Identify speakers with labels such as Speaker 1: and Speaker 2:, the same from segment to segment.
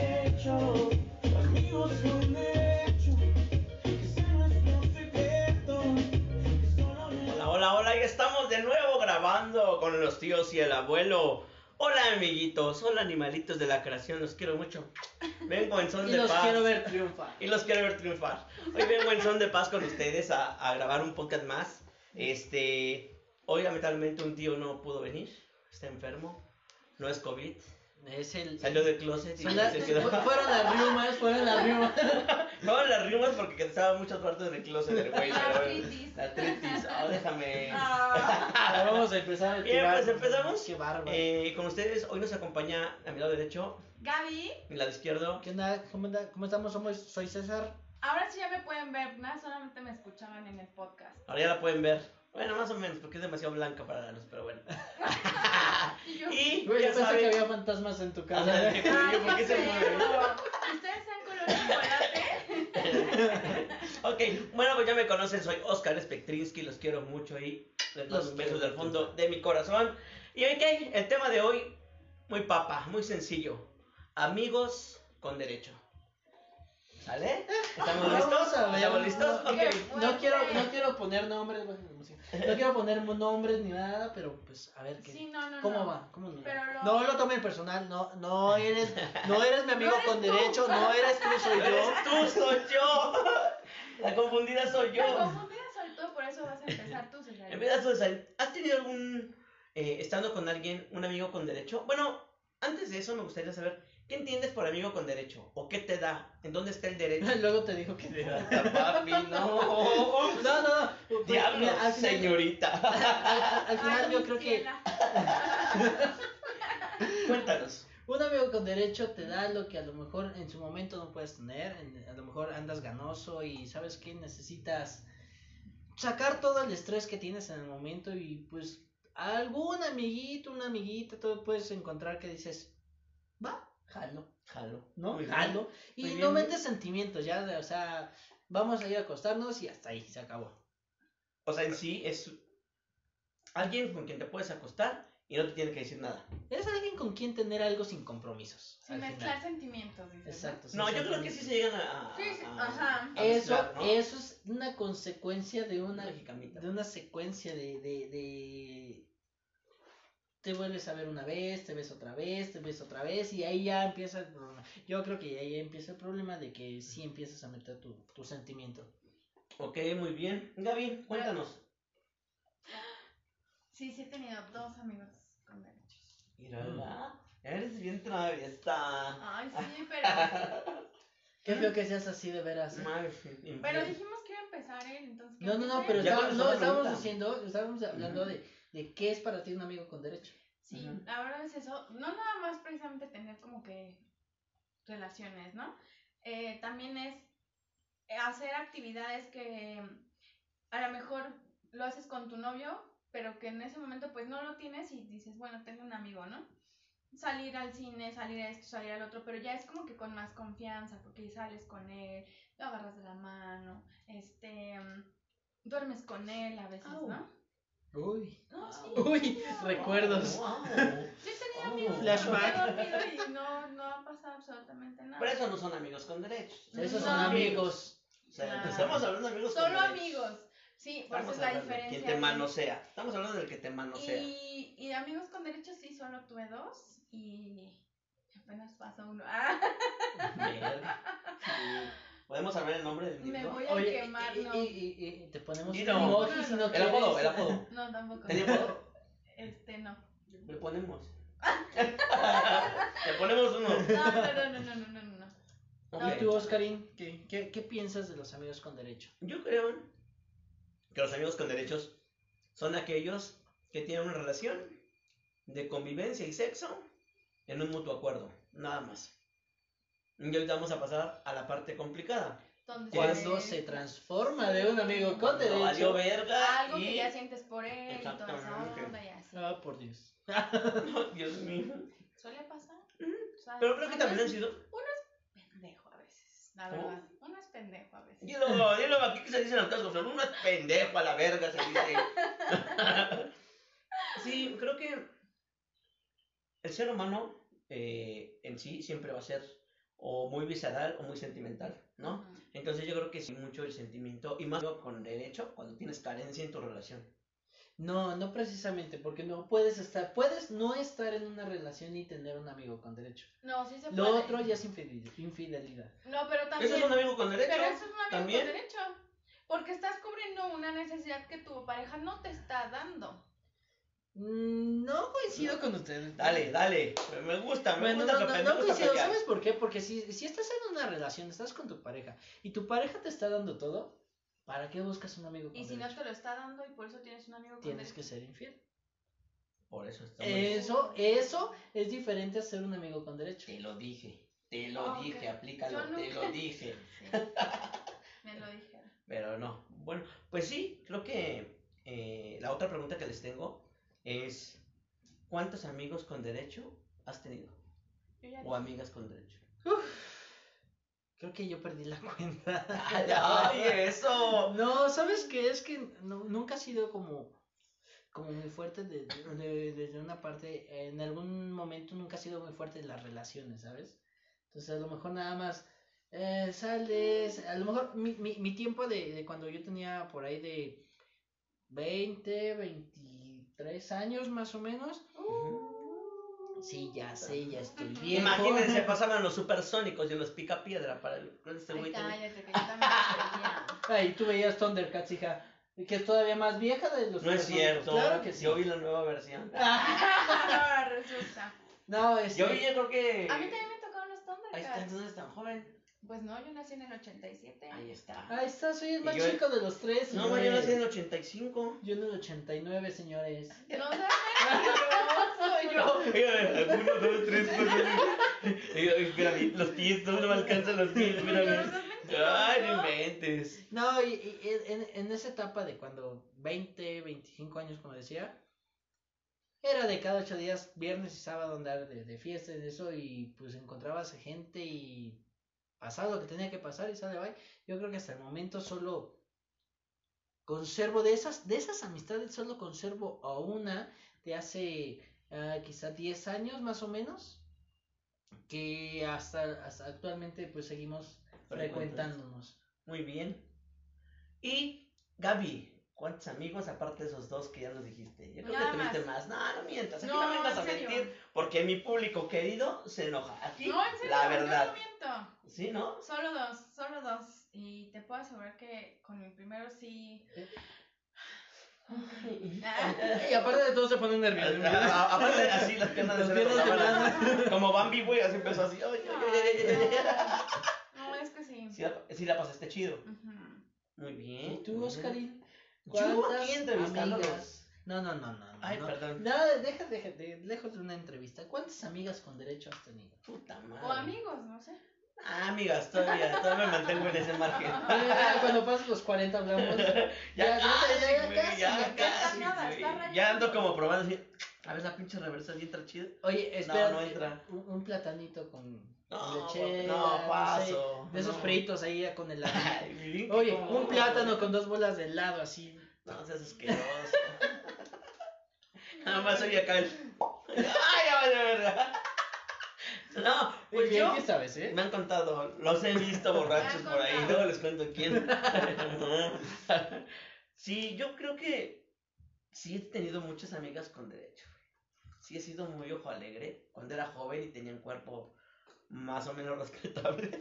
Speaker 1: hecho, amigos son hecho, ese no es un secreto, que solo me
Speaker 2: Hola, hola, hola, ya estamos de nuevo grabando con los tíos y el abuelo. Hola, amiguitos, hola, animalitos de la creación, los quiero mucho. Vengo en son
Speaker 3: Y
Speaker 2: de
Speaker 3: los
Speaker 2: paz.
Speaker 3: quiero ver triunfar.
Speaker 2: Y los quiero ver triunfar. Hoy vengo en son de paz con ustedes a, a grabar un podcast más. Este, hoy lamentablemente un tío no pudo venir, está enfermo, no es COVID,
Speaker 3: Es el.
Speaker 2: salió del closet y
Speaker 3: son las-
Speaker 2: se quedó.
Speaker 3: fu- fueron las riumas, fueron las riumas.
Speaker 2: No, las rimas porque estaba en muchas partes del closet del güey.
Speaker 4: La
Speaker 2: pero-
Speaker 4: artritis.
Speaker 2: La artritis. Oh, déjame.
Speaker 4: Ah,
Speaker 3: Ahora vamos a empezar a
Speaker 2: Bien,
Speaker 3: tirar.
Speaker 2: pues empezamos.
Speaker 3: Qué bárbaro.
Speaker 2: Eh, con ustedes, hoy nos acompaña a mi lado derecho,
Speaker 4: Gaby,
Speaker 2: mi lado izquierdo.
Speaker 3: ¿Qué onda? ¿Cómo, anda? ¿Cómo estamos? Somos, soy César.
Speaker 4: ahora sí ya me pueden ver, nada, solamente me escuchaban en el podcast.
Speaker 2: Ahora ya la pueden ver. Bueno, más o menos, porque es demasiado blanca para la luz, pero bueno.
Speaker 4: Y yo,
Speaker 2: Y
Speaker 3: Güey, yo
Speaker 2: ya
Speaker 3: pensé que
Speaker 2: saben.
Speaker 3: había fantasmas en tu
Speaker 2: Ah,
Speaker 3: casa.
Speaker 2: la de-
Speaker 4: Ay,
Speaker 2: ¿por qué
Speaker 4: qué
Speaker 2: se mueve?
Speaker 4: feo. ¿Ustedes han color chocolate?
Speaker 2: Ok, bueno, pues ya me conocen, soy Oscar Spectrinsky, los quiero mucho y les
Speaker 3: Los
Speaker 2: mando un beso
Speaker 3: quiero
Speaker 2: del
Speaker 3: mucho.
Speaker 2: fondo de mi corazón. Y hoy, ¿qué? El tema de hoy, muy papa, muy sencillo. Amigos con derecho. ¿Sale? ¿Estamos
Speaker 3: Vamos
Speaker 2: listos?
Speaker 3: a ver.
Speaker 2: ¿Estamos listos?
Speaker 3: No,
Speaker 2: Ok.
Speaker 3: no quiero, no quiero poner nombres, güey, la música. No quiero poner nombres ni nada, pero pues a ver qué.
Speaker 4: Sí, no, no.
Speaker 3: ¿Cómo
Speaker 4: no.
Speaker 3: va? ¿Cómo no?
Speaker 4: Pero lo-
Speaker 3: No lo tomen personal, no, no eres, no eres mi amigo
Speaker 4: No eres
Speaker 3: con
Speaker 4: tú.
Speaker 3: derecho, no eres tú, soy
Speaker 2: No
Speaker 3: yo.
Speaker 2: eres tú, soy yo. La confundida soy
Speaker 4: Te
Speaker 2: yo.
Speaker 4: confundida sobre todo, por eso vas a empezar tú, César.
Speaker 2: En vez de Susan, ¿has tenido algún. eh, estando con alguien, un amigo con derecho? Bueno, antes de eso me gustaría saber, ¿qué entiendes por amigo con derecho? ¿O qué te da? ¿En dónde está el derecho?
Speaker 3: Luego te dijo que
Speaker 2: Te da, Papi, no.
Speaker 3: No, no, no. Pues,
Speaker 2: Oh, Diablo,
Speaker 3: mira, al final-
Speaker 2: señorita.
Speaker 3: Al, al final
Speaker 4: Ay,
Speaker 3: yo creo que
Speaker 4: ciela.
Speaker 2: Cuéntanos.
Speaker 3: un amigo con derecho te da lo que a lo mejor en su momento no puedes tener, en- a lo mejor andas ganoso y sabes que necesitas sacar todo el estrés que tienes en el momento y pues algún amiguito, una amiguita, todo puedes encontrar que dices, va, jalo.
Speaker 2: Jalo.
Speaker 3: ¿no?
Speaker 2: Muy bien.
Speaker 3: Jalo. Y
Speaker 2: Muy
Speaker 3: no
Speaker 2: bien.
Speaker 3: metes sentimientos, ya, o sea, vamos a ir a acostarnos y hasta ahí, se acabó.
Speaker 2: O sea, en sí es alguien con quien te puedes acostar y no te tiene que decir nada.
Speaker 3: Eres alguien con quien tener algo sin compromisos.
Speaker 4: Sin
Speaker 3: al
Speaker 4: mezclar
Speaker 3: final.
Speaker 4: sentimientos, dices.
Speaker 3: Exacto. sí,
Speaker 2: No,
Speaker 3: sí,
Speaker 2: yo creo que sí se llegan a. a-
Speaker 4: Sí, sí,
Speaker 2: a-
Speaker 4: ajá.
Speaker 2: a
Speaker 3: Pues, Eso,
Speaker 2: mezclar, ¿no?
Speaker 3: eso es una consecuencia de una,
Speaker 2: Lógicamente.
Speaker 3: de una secuencia de, de, de... Te vuelves a ver una vez, te ves otra vez, te ves otra vez y ahí ya empieza el problema. Yo creo que ahí empieza el problema de que sí empiezas a meter tu, tu sentimiento.
Speaker 2: Ok, muy bien. Gaby, cuéntanos.
Speaker 4: Sí, sí he tenido dos amigos con derechos.
Speaker 2: Mírala. Eres bien traviesa.
Speaker 4: Ay, sí, pero...
Speaker 3: Qué feo que seas así de veras. ¿eh?
Speaker 2: Madre,
Speaker 4: Pero dijimos que iba a empezar él, entonces... ¿qué
Speaker 3: No, no, no,
Speaker 4: empecé?
Speaker 3: pero
Speaker 2: Ya
Speaker 3: estábamos,
Speaker 2: contestó
Speaker 3: no,
Speaker 2: la
Speaker 3: estábamos
Speaker 2: pregunta.
Speaker 3: diciendo, estábamos hablando
Speaker 2: Ujú.
Speaker 3: de, de qué es para ti un amigo con derecho.
Speaker 4: Sí,
Speaker 2: Ujú.
Speaker 4: la verdad es eso. No nada más precisamente tener como que relaciones, ¿no? Eh, también es hacer actividades que em, a lo mejor lo haces con tu novio, pero que en ese momento pues no lo tienes y dices, bueno, tengo un amigo, ¿no? Salir al cine, salir a esto, salir al otro, pero ya es como que con más confianza, porque sales con él, lo agarras de la mano, este, duermes con él a veces,
Speaker 2: Au.
Speaker 4: ¿no?
Speaker 3: Uy.
Speaker 4: No, sí,
Speaker 3: Uy, recuerdos.
Speaker 2: Wow.
Speaker 4: Yo
Speaker 2: Oh,
Speaker 4: tenía amigos que
Speaker 3: flashback.
Speaker 4: me he dormido y no, no ha pasado absolutamente nada.
Speaker 2: Por eso no son amigos con derechos.
Speaker 3: Esos
Speaker 4: No.
Speaker 3: son amigos.
Speaker 2: O sea,
Speaker 4: Ah.
Speaker 2: estamos hablando de amigos
Speaker 4: Solo
Speaker 2: con derechos.
Speaker 4: amigos. Sí, por eso
Speaker 2: Estamos
Speaker 4: es la
Speaker 2: hablando de
Speaker 4: diferencia.
Speaker 2: quien te manosea. Estamos hablando del que te manosea.
Speaker 4: y, y de amigos con derechos sí, solo tuve dos y apenas pasó uno. Ah,
Speaker 2: Verga. Sí. ¿Podemos saber el nombre del
Speaker 4: me
Speaker 2: libro?
Speaker 4: voy a
Speaker 3: Oye,
Speaker 4: quemar,
Speaker 3: y,
Speaker 4: no.
Speaker 3: y- y- y te ponemos un
Speaker 2: Dilo.
Speaker 3: emoji si no
Speaker 2: El
Speaker 3: quieres.
Speaker 2: apodo, el apodo.
Speaker 4: No, tampoco.
Speaker 2: ¿Tenía apodo?
Speaker 4: Este, no.
Speaker 2: Le ponemos. Le ponemos uno.
Speaker 4: No, pero no, no, no, no, no, no.
Speaker 3: ¿Y
Speaker 2: Ok.
Speaker 3: tú, Oscarín, ¿qué, qué, qué piensas de los amigos con derecho?
Speaker 2: Yo creo que los amigos con derechos son aquellos que tienen una relación de convivencia y sexo en un mutuo acuerdo, nada más. Y ahorita vamos a pasar a la parte complicada.
Speaker 4: Donde
Speaker 3: Cuando
Speaker 4: se-
Speaker 3: se transforma de un amigo con
Speaker 2: Cuando valió
Speaker 3: derecho.
Speaker 2: verga
Speaker 4: Algo
Speaker 2: y...
Speaker 4: que ya sientes por él y toda esa
Speaker 2: Exactamente.
Speaker 4: onda y así.
Speaker 3: Ah, por Dios.
Speaker 2: Dios mío.
Speaker 4: ¿Suele pasar? O sea,
Speaker 2: Pero creo que
Speaker 4: a
Speaker 2: también han
Speaker 4: veces
Speaker 2: sido...
Speaker 4: es pendejo a veces, la
Speaker 2: ¿Cómo?
Speaker 4: verdad. Uno es pendejo a veces.
Speaker 2: Dilo, dilo aquí que se dicen las cosas como son. Uno es pendejo a la verga, se dice. sí, creo que el ser humano eh, en sí siempre va a ser o muy visceral o muy sentimental, ¿no? Entonces yo creo que sí mucho el sentimiento y más con derecho cuando tienes carencia en tu relación.
Speaker 3: No, no precisamente, porque no puedes estar, puedes no estar en una relación y tener un amigo con derecho.
Speaker 4: No, sí se puede.
Speaker 3: Lo otro ya es infidel- infidelidad.
Speaker 4: No, pero también.
Speaker 2: Eso es un amigo con derecho.
Speaker 4: Pero eso es un amigo
Speaker 2: también.
Speaker 4: con derecho. Porque estás cubriendo una necesidad que tu pareja no te está dando.
Speaker 3: Mm, No coincido con ustedes.
Speaker 2: Dale, dale. Me- Me gusta, me
Speaker 3: Bueno,
Speaker 2: gusta
Speaker 3: no, no,
Speaker 2: pelear,
Speaker 3: no
Speaker 2: me gusta
Speaker 3: coincido.
Speaker 2: pelear.
Speaker 3: ¿Sabes por qué? Porque si, si estás en una relación, estás con tu pareja y tu pareja te está dando todo, ¿para qué buscas un amigo con
Speaker 4: Y si no
Speaker 3: derecho?
Speaker 4: te lo está dando y por eso tienes un amigo con
Speaker 3: Tienes que
Speaker 4: derecho.
Speaker 3: ser infiel.
Speaker 2: Por eso estamos.
Speaker 3: Eso, eso es diferente a ser un amigo con derecho.
Speaker 2: Te lo dije. Te lo
Speaker 4: Ok.
Speaker 2: dije, aplícalo,
Speaker 4: Yo
Speaker 2: te
Speaker 4: nunca-
Speaker 2: lo dije.
Speaker 4: Me lo dijeron.
Speaker 2: Pero no. Bueno, pues sí, creo que eh, la otra pregunta que les tengo es ¿cuántos amigos con derecho has tenido?
Speaker 4: Yo ya
Speaker 2: O
Speaker 4: dije.
Speaker 2: amigas con derecho.
Speaker 3: Creo que yo perdí la cuenta.
Speaker 2: Ah, eso!
Speaker 3: No, ¿sabes qué? Es que no- nunca ha sido como, como muy fuerte de- de- desde una parte, en algún momento nunca ha sido muy fuerte en las relaciones, ¿sabes? Entonces a lo mejor nada más eh, sales, a lo mejor mi, mi, mi tiempo de, de cuando yo tenía por ahí de 20, 23 años más o menos. Sí, ya sé, ya estoy bien.
Speaker 2: Imagínense, pasaban los supersónicos y los pica piedra para el con este
Speaker 4: Ahí
Speaker 2: güey
Speaker 4: está,
Speaker 2: también.
Speaker 4: ya te que yo también lo sabía.
Speaker 3: Ahí tú veías Thundercats, hija, que es todavía más vieja de los
Speaker 2: No es
Speaker 3: Supersónicos.
Speaker 2: cierto.
Speaker 3: Claro que sí.
Speaker 2: Yo vi la nueva versión.
Speaker 4: Ahora resulta.
Speaker 3: No, es
Speaker 2: Yo vi, yo creo que.
Speaker 4: A mí también me tocaron los
Speaker 2: Ahí está,
Speaker 4: Thundercats.
Speaker 2: entonces tan joven.
Speaker 4: Pues no, yo nací en el 87.
Speaker 2: Ahí está.
Speaker 3: Ahí está, soy el
Speaker 2: Y
Speaker 3: más
Speaker 2: yo-
Speaker 3: chico de los tres.
Speaker 2: No, güey, yo nací en
Speaker 3: señores.
Speaker 2: el 85.
Speaker 3: Yo en el 89, señores.
Speaker 4: No seas mentiroso, yo.
Speaker 2: Uno, dos, tres, cuatro. Espera, los pies, no me alcanzan los pies,
Speaker 4: No seas
Speaker 2: espérame. Ay, no
Speaker 4: mentiroso.
Speaker 2: inventes.
Speaker 3: No, y, y en, en esa etapa de cuando 20, 25 años, como decía, era de cada ocho días, viernes y sábado, andar de, de fiesta y de eso, y pues encontrabas gente y pasaba lo que tenía que pasar y sale bye. Yo creo que hasta el momento solo conservo de esas, de esas amistades, solo conservo a una de hace ah, quizá 10 años más o menos, que hasta, hasta actualmente pues seguimos frecuentándonos.
Speaker 2: Muy bien. Y Gaby, ¿cuántos amigos aparte de esos dos que ya nos dijiste? Yo creo
Speaker 4: Nada
Speaker 2: que tuviste más.
Speaker 4: más.
Speaker 2: No, no mientas, aquí
Speaker 4: No,
Speaker 2: no, vengas a
Speaker 4: en serio.
Speaker 2: mentir, porque mi público querido se enoja. Aquí,
Speaker 4: No, en serio,
Speaker 2: la
Speaker 4: yo
Speaker 2: verdad.
Speaker 4: no miento.
Speaker 2: ¿Sí, no?
Speaker 4: Solo dos, solo dos. Y te puedo asegurar que con el primero sí.
Speaker 3: Y aparte de todo se pone nervioso.
Speaker 2: A- a- Aparte, así las piernas de
Speaker 3: Las
Speaker 2: cera
Speaker 3: piernas
Speaker 2: como la- Como Bambi, güey, así empezó así. Ay, ay, ay, ay, ay, ay, ay.
Speaker 4: No, es que sí.
Speaker 2: Sí la, sí la pasaste chido.
Speaker 4: Ujú.
Speaker 2: Muy bien.
Speaker 3: ¿Y tú,
Speaker 2: muy
Speaker 3: Oscarín?
Speaker 2: bien. Yo aquí
Speaker 3: ¿Cuántas
Speaker 2: entrevistándolos.
Speaker 3: amigas? No, no, no, no. no,
Speaker 2: Ay,
Speaker 3: no.
Speaker 2: perdón.
Speaker 3: No, deja, deja, de- lejos de una entrevista. ¿Cuántas amigas con derecho has tenido?
Speaker 2: Puta madre.
Speaker 4: O amigos, no sé.
Speaker 2: Ah, amigas, todavía, todavía me mantengo en ese margen.
Speaker 3: Ah, Cuando pasas los 40 hablamos.
Speaker 2: Ya,
Speaker 3: Ya, ya,
Speaker 2: casi,
Speaker 3: ya, ya,
Speaker 2: güey,
Speaker 3: casi,
Speaker 2: ya
Speaker 3: ya
Speaker 2: casi,
Speaker 4: casi, nada,
Speaker 2: güey.
Speaker 4: está rayando.
Speaker 2: Ya ando como probando así. A ver, la pinche reversa sí entra chida.
Speaker 3: Oye, espera.
Speaker 2: no entra.
Speaker 3: Un, un platanito con
Speaker 2: No,
Speaker 3: lechera,
Speaker 2: no,
Speaker 3: sé,
Speaker 2: paso.
Speaker 3: de esos
Speaker 2: no.
Speaker 3: fritos ahí ya con el
Speaker 2: Ay, bien,
Speaker 3: Oye,
Speaker 2: ¿cómo?
Speaker 3: un plátano con dos bolas de helado así.
Speaker 2: No seas asqueroso. Nada más soy acá el. ¡Ay, ya vale, verdad! No, pues
Speaker 3: Bien,
Speaker 2: yo.
Speaker 3: ¿qué sabes, eh?
Speaker 2: Me han contado, los he visto borrachos
Speaker 4: Me han
Speaker 2: por ahí,
Speaker 4: contado.
Speaker 2: luego les cuento quién. sí, yo creo que sí he tenido muchas amigas con derecho. güey. Sí he sido muy ojo alegre cuando era joven y tenía un cuerpo más o menos respetable.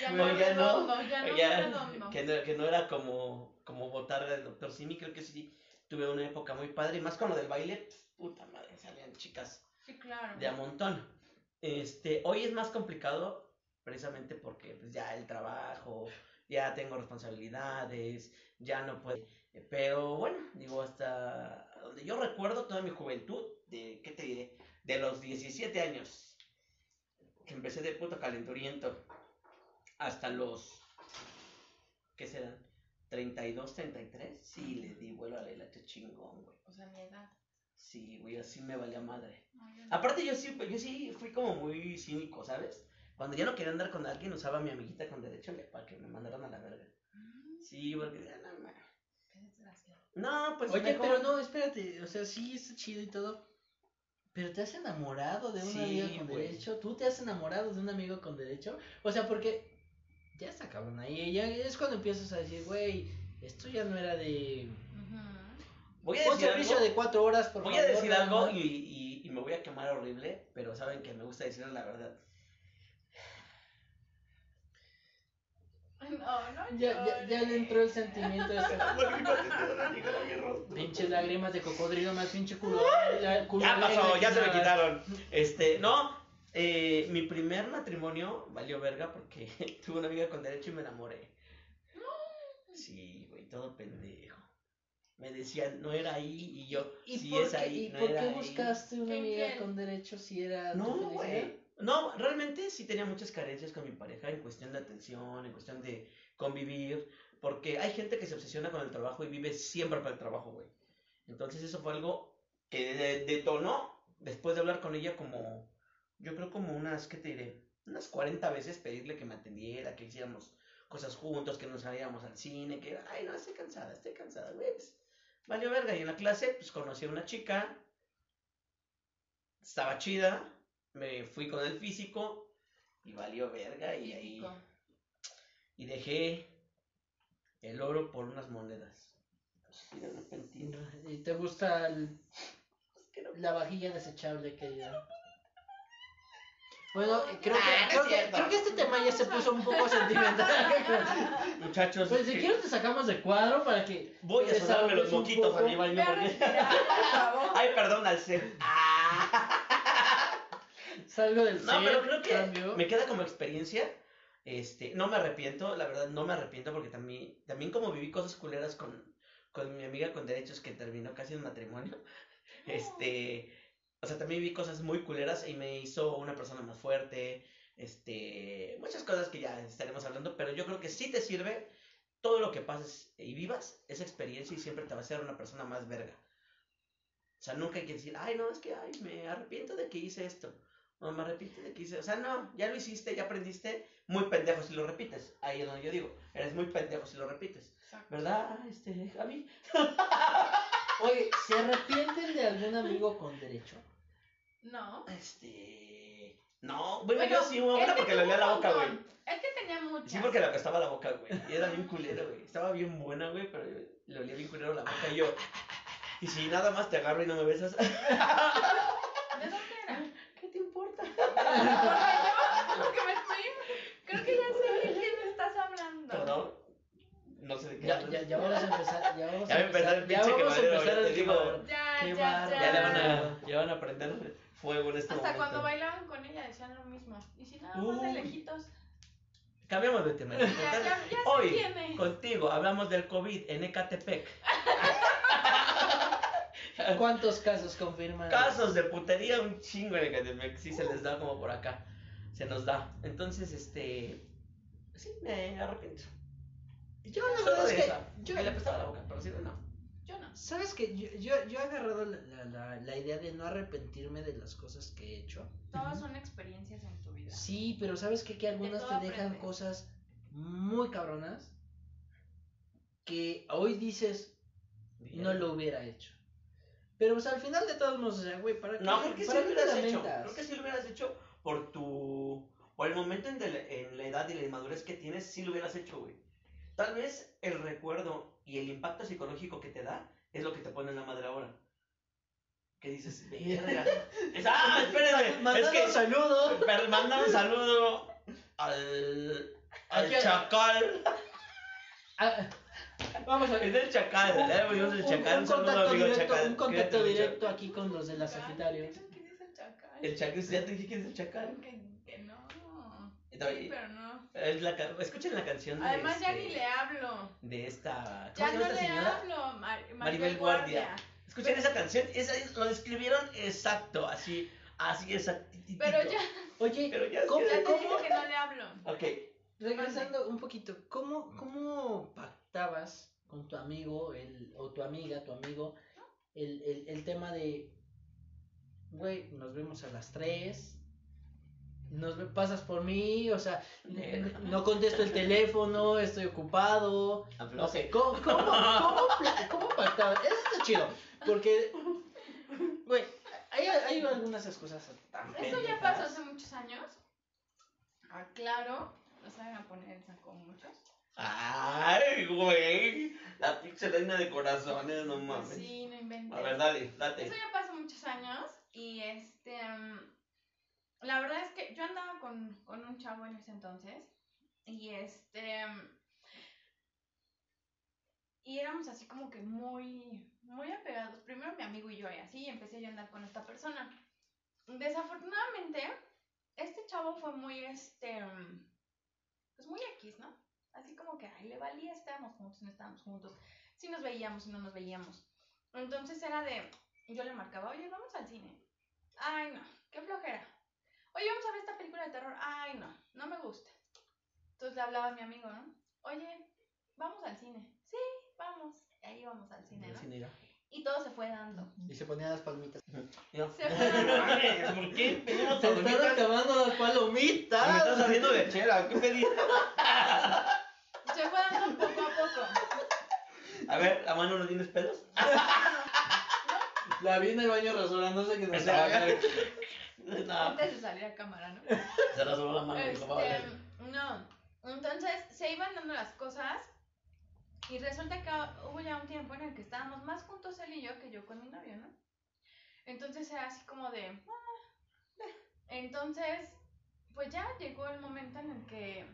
Speaker 4: Ya
Speaker 2: No,
Speaker 4: no,
Speaker 2: ya no.
Speaker 4: redondo, ya no
Speaker 2: Ya,
Speaker 4: redondo.
Speaker 2: que, no, que no era como, como votar del doctor Simi, creo que sí tuve una época muy padre, y más con lo del baile, pf, puta madre, salían chicas
Speaker 4: Sí, claro.
Speaker 2: de a montón. Este, hoy es más complicado precisamente porque pues, ya el trabajo, ya tengo responsabilidades, ya no puedo. eh, Pero bueno, digo, hasta donde yo recuerdo toda mi juventud, de, ¿qué te diré? De los 17 años, que empecé de puto calenturiento, hasta los, ¿qué serán? 32, 33, sí, le di vuelo a la helate chingón, güey.
Speaker 4: O sea, mi edad.
Speaker 2: Sí, güey, así me valía madre.
Speaker 4: No, yo no.
Speaker 2: Aparte yo sí, yo sí fui como muy cínico, ¿sabes? Cuando ya no quería andar con alguien, usaba a mi amiguita con derecho le- para que me mandaran a la verga.
Speaker 4: Mm,
Speaker 2: Sí, porque... ah, no, ma-
Speaker 4: qué desgracia.
Speaker 2: No, pues
Speaker 3: Oye,
Speaker 2: mejor-
Speaker 3: pero no, espérate, o sea, sí está chido y todo, Pero te has enamorado de un
Speaker 2: Sí,
Speaker 3: amigo con
Speaker 2: güey.
Speaker 3: derecho. Tú te has enamorado de un amigo con derecho. O sea, porque ya está cabrón ahí. Ya es cuando empiezas a decir, güey, esto ya no era de.
Speaker 4: Ujú.
Speaker 2: Voy a
Speaker 3: Un
Speaker 2: decir
Speaker 3: servicio
Speaker 2: algo,
Speaker 3: de cuatro horas, por
Speaker 2: voy a
Speaker 3: favor.
Speaker 2: decir
Speaker 3: nada
Speaker 2: algo
Speaker 3: más.
Speaker 2: y, y- y me voy a quemar horrible, pero saben que me gusta decir la verdad.
Speaker 4: No, no.
Speaker 3: Ya, ya, ya le entró el sentimiento ese. Pinches lágrimas de cocodrilo más pinche culo. la- culo
Speaker 2: Ya pasó,
Speaker 3: negro,
Speaker 2: ya se me
Speaker 3: nada.
Speaker 2: quitaron. Este, no, eh, mi primer matrimonio valió verga porque tuve una amiga con derecho y me enamoré. Sí, güey, todo pendejo. Me decían, no era ahí, y yo,
Speaker 3: ¿Y
Speaker 2: sí
Speaker 3: por
Speaker 2: es
Speaker 3: qué,
Speaker 2: ahí,
Speaker 3: y
Speaker 2: no
Speaker 3: por qué
Speaker 2: era ahí.
Speaker 3: buscaste una
Speaker 4: ¿Qué
Speaker 3: amiga
Speaker 4: infiel?
Speaker 3: con derecho si era tu
Speaker 2: No,
Speaker 3: felicidad?
Speaker 2: güey. No, realmente sí tenía muchas carencias con mi pareja en cuestión de atención, en cuestión de convivir, porque hay gente que se obsesiona con el trabajo y vive siempre para el trabajo, güey. Entonces eso fue algo que de- detonó después de hablar con ella como, yo creo como unas, ¿qué te diré? Unas 40 veces pedirle que me atendiera, que hiciéramos cosas juntos, que nos saliéramos al cine, que, ay, no, estoy cansada, estoy cansada, güey. pues, valió verga. Y en la clase, pues conocí a una chica, estaba chida, me fui con el físico y valió verga y ahí
Speaker 4: Físico.
Speaker 2: y dejé el oro por unas monedas. Así de repentino.
Speaker 3: ¿Y te gusta el-
Speaker 2: Es que no-
Speaker 3: la vajilla desechable que ya? Bueno, eh, creo que,
Speaker 2: Ah, no
Speaker 3: creo,
Speaker 2: es
Speaker 3: que,
Speaker 2: cierto.
Speaker 3: creo que este tema ya se puso un poco sentimental.
Speaker 2: Muchachos,
Speaker 3: Pues si
Speaker 2: que-
Speaker 3: quieres te sacamos de cuadro para que...
Speaker 2: voy a sonarme los
Speaker 3: desahogues un
Speaker 2: moquitos a
Speaker 3: poco.
Speaker 2: mi baño.
Speaker 4: Ve a respirar, por favor.
Speaker 2: Ay, perdón al ser. Ah.
Speaker 3: Salgo del
Speaker 2: No, pero
Speaker 3: set,
Speaker 2: creo que
Speaker 3: cambio.
Speaker 2: me queda como experiencia. Este, no me arrepiento, la verdad no me arrepiento porque también, también como viví cosas culeras con, con mi amiga con derechos que terminó casi en matrimonio, este, o sea, también viví cosas muy culeras y me hizo una persona más fuerte, este, muchas cosas que ya estaremos hablando, pero yo creo que sí te sirve todo lo que pases y vivas, esa experiencia y siempre te va a hacer una persona más verga. O sea, nunca hay que decir, ay, no, es que, ay, me arrepiento de que hice esto. No, me arrepiento de que hice. O sea, no, ya lo hiciste, ya aprendiste. Muy pendejo si lo repites. Ahí es donde yo digo, eres muy pendejo si lo repites.
Speaker 4: Exacto.
Speaker 2: ¿Verdad, este, Javi?
Speaker 3: Oye, ¿se arrepienten de algún amigo con derecho?
Speaker 4: No.
Speaker 2: Este. No, bueno,
Speaker 4: Bueno,
Speaker 2: yo sí hubo una
Speaker 4: él
Speaker 2: porque le
Speaker 4: tenía
Speaker 2: olía la
Speaker 4: un
Speaker 2: boca, güey.
Speaker 4: montón. Él que tenía muchas.
Speaker 2: Sí, porque le apestaba la boca, güey. Y era bien culero, güey. Estaba bien buena, güey, pero yo- le olía bien culero la boca. Y yo, y si nada más te agarro y no me besas,
Speaker 4: ¿De dónde era?
Speaker 2: ¿qué te importa?
Speaker 4: Porque yo, porque me estoy... Creo que ya sé de quién me estás hablando.
Speaker 2: Perdón. No sé de qué.
Speaker 3: Ya,
Speaker 2: hablas.
Speaker 3: ya, ya vamos a empezar. Ya vamos
Speaker 2: Ya
Speaker 3: a
Speaker 2: va a empezar el
Speaker 3: empezar, ya
Speaker 2: pinche
Speaker 3: vamos a
Speaker 2: quemadero,
Speaker 3: empezar
Speaker 2: ya
Speaker 3: el
Speaker 2: te digo.
Speaker 3: quemadero.
Speaker 4: Ya,
Speaker 3: Qué
Speaker 4: ya,
Speaker 3: bárbaro.
Speaker 4: ya.
Speaker 2: Ya le van a, ya van a prender fuego en este
Speaker 4: Hasta
Speaker 2: momento.
Speaker 4: cuando bailaban con ella decían lo mismo. Y si nada más
Speaker 2: Uy.
Speaker 4: de lejitos.
Speaker 2: Cambiamos de tema.
Speaker 4: Ya, ya, ya sé
Speaker 2: Hoy,
Speaker 4: quién es.
Speaker 2: contigo, hablamos del COVID en Ecatepec.
Speaker 3: ¿Cuántos casos confirman?
Speaker 2: Casos de putería, un chingo en Ecatepec. Sí, se les da como por acá. Se nos da. Entonces, este. Sí, me arrepiento.
Speaker 3: Yo la
Speaker 2: Solo
Speaker 3: verdad
Speaker 2: de
Speaker 3: es que.
Speaker 2: esa.
Speaker 3: yo-
Speaker 2: Que le apestaba la boca, pero sí, no.
Speaker 4: Yo no.
Speaker 3: ¿Sabes qué? Yo, yo, yo he agarrado la, la- la- la idea de no arrepentirme de las cosas que he hecho.
Speaker 4: Todas son experiencias en tu vida.
Speaker 3: Sí, pero ¿sabes qué? Que algunas
Speaker 4: todo
Speaker 3: te dejan
Speaker 4: aprendes.
Speaker 3: cosas muy cabronas que hoy dices no lo hubiera hecho. Pero pues al final de todos modos, o sea, güey, ¿para qué?
Speaker 2: No, creo que sí
Speaker 3: ¿para
Speaker 2: lo
Speaker 3: qué te
Speaker 2: hubieras hecho.
Speaker 3: lamentas?
Speaker 2: Creo que sí lo hubieras hecho por tu. Por el momento en, de la, en la edad y la inmadurez que tienes, sí lo hubieras hecho, güey. Tal vez el recuerdo y el impacto psicológico que te da es lo que te pone en la madre ahora. Que dices, verga. Es- ¡Ah, espérenme! Es
Speaker 3: Mandando
Speaker 2: que.
Speaker 3: saludos.
Speaker 2: Pero manda un saludo al.
Speaker 3: ¿A
Speaker 2: al
Speaker 3: quién?
Speaker 2: chacal.
Speaker 3: Ah, vamos a
Speaker 2: Es del chacal, ¿verdad? Yo soy el chacal. Un, saludo,
Speaker 3: contacto
Speaker 2: amigo
Speaker 3: directo,
Speaker 2: chacal.
Speaker 3: un contacto
Speaker 2: Cuídate mucho.
Speaker 3: directo aquí con los de las
Speaker 4: Chacal,
Speaker 3: Sagitarios.
Speaker 4: ¿Quién es- quién es el chacal?
Speaker 2: El chacal, ya te dije que es el chacal.
Speaker 4: Claro que, que no.
Speaker 2: Y también-
Speaker 4: Sí, pero no.
Speaker 2: Es la ca- escuchen la canción de
Speaker 4: Además, ya
Speaker 2: este-
Speaker 4: ni le hablo.
Speaker 2: de esta. ¿Cómo
Speaker 4: Ya
Speaker 2: se
Speaker 4: no
Speaker 2: llama
Speaker 4: le
Speaker 2: esta señora?
Speaker 4: hablo. Mar-
Speaker 2: Maribel
Speaker 4: Maribel
Speaker 2: Guardia.
Speaker 4: Guardia.
Speaker 2: Escuchen esa canción, esa, es- lo describieron exacto, así, así exactitito.
Speaker 4: Pero ya,
Speaker 3: Oye,
Speaker 2: Pero ya.
Speaker 3: ¿Cómo?
Speaker 4: ya
Speaker 2: sí.
Speaker 4: te dije que no le hablo.
Speaker 2: Ok,
Speaker 3: regresando un poquito, ¿cómo, cómo pactabas con tu amigo el, o tu amiga, tu amigo, el, el, el tema de, güey, nos vemos a las 3, nos ve- pasas por mí, o sea, n- no contesto el teléfono, estoy ocupado, no
Speaker 2: afloje.
Speaker 3: sé, ¿cómo, cómo, cómo, pla- cómo pactabas? Eso está chido, porque, güey, hay, hay algún unas excusas tan
Speaker 4: Eso ya
Speaker 3: pendejas.
Speaker 4: pasó hace muchos años. Aclaro, no saben a poner sacó muchos.
Speaker 2: Ay, güey. La pinche reina de corazones, no
Speaker 4: Pues
Speaker 2: mames.
Speaker 4: sí, no inventes.
Speaker 2: A ver, dale,
Speaker 4: Eso
Speaker 2: date.
Speaker 4: ya pasó muchos años y este... mm, la verdad es que yo andaba con, con un chavo en ese entonces y este... mm, Y éramos así como que muy, muy apegados. Primero mi amigo y yo y así y empecé yo a andar con esta persona. Desafortunadamente, este chavo fue muy, este... mm, Pues muy X, ¿no? Así como que, ay, le valía, estábamos juntos, no estábamos juntos. Si nos veíamos, si no nos veíamos. Entonces era de, yo le marcaba, oye, vamos al cine. Ay, no, qué flojera. Oye, vamos a ver esta película de terror. Ay, no, no me gusta. Entonces le hablaba a mi amigo, ¿no? Oye, vamos al cine. Sí, vamos. Y ahí vamos al cine, ¿no? Y todo se fue dando.
Speaker 3: Y se ponía las palmitas.
Speaker 4: Se fue dando.
Speaker 2: ¿Por qué?
Speaker 3: Se están acabando las palomitas.
Speaker 2: Me estás haciendo de chela, ¿qué pedí?
Speaker 4: Se fue dando poco a poco.
Speaker 2: A ver, ¿la mano no tienes pelos?
Speaker 3: La vi en el baño rasurándose que no se haga.
Speaker 2: No,
Speaker 4: Antes de salir a cámara, ¿no?
Speaker 2: se rasuró la mano, dijo, va a
Speaker 4: Este,
Speaker 2: ver.
Speaker 4: no, entonces se iban dando las cosas y resulta que hubo ya un tiempo en el que estábamos más juntos él y yo que yo con mi novio, ¿no? Entonces era así como de... "Ah". Entonces, pues ya llegó el momento en el que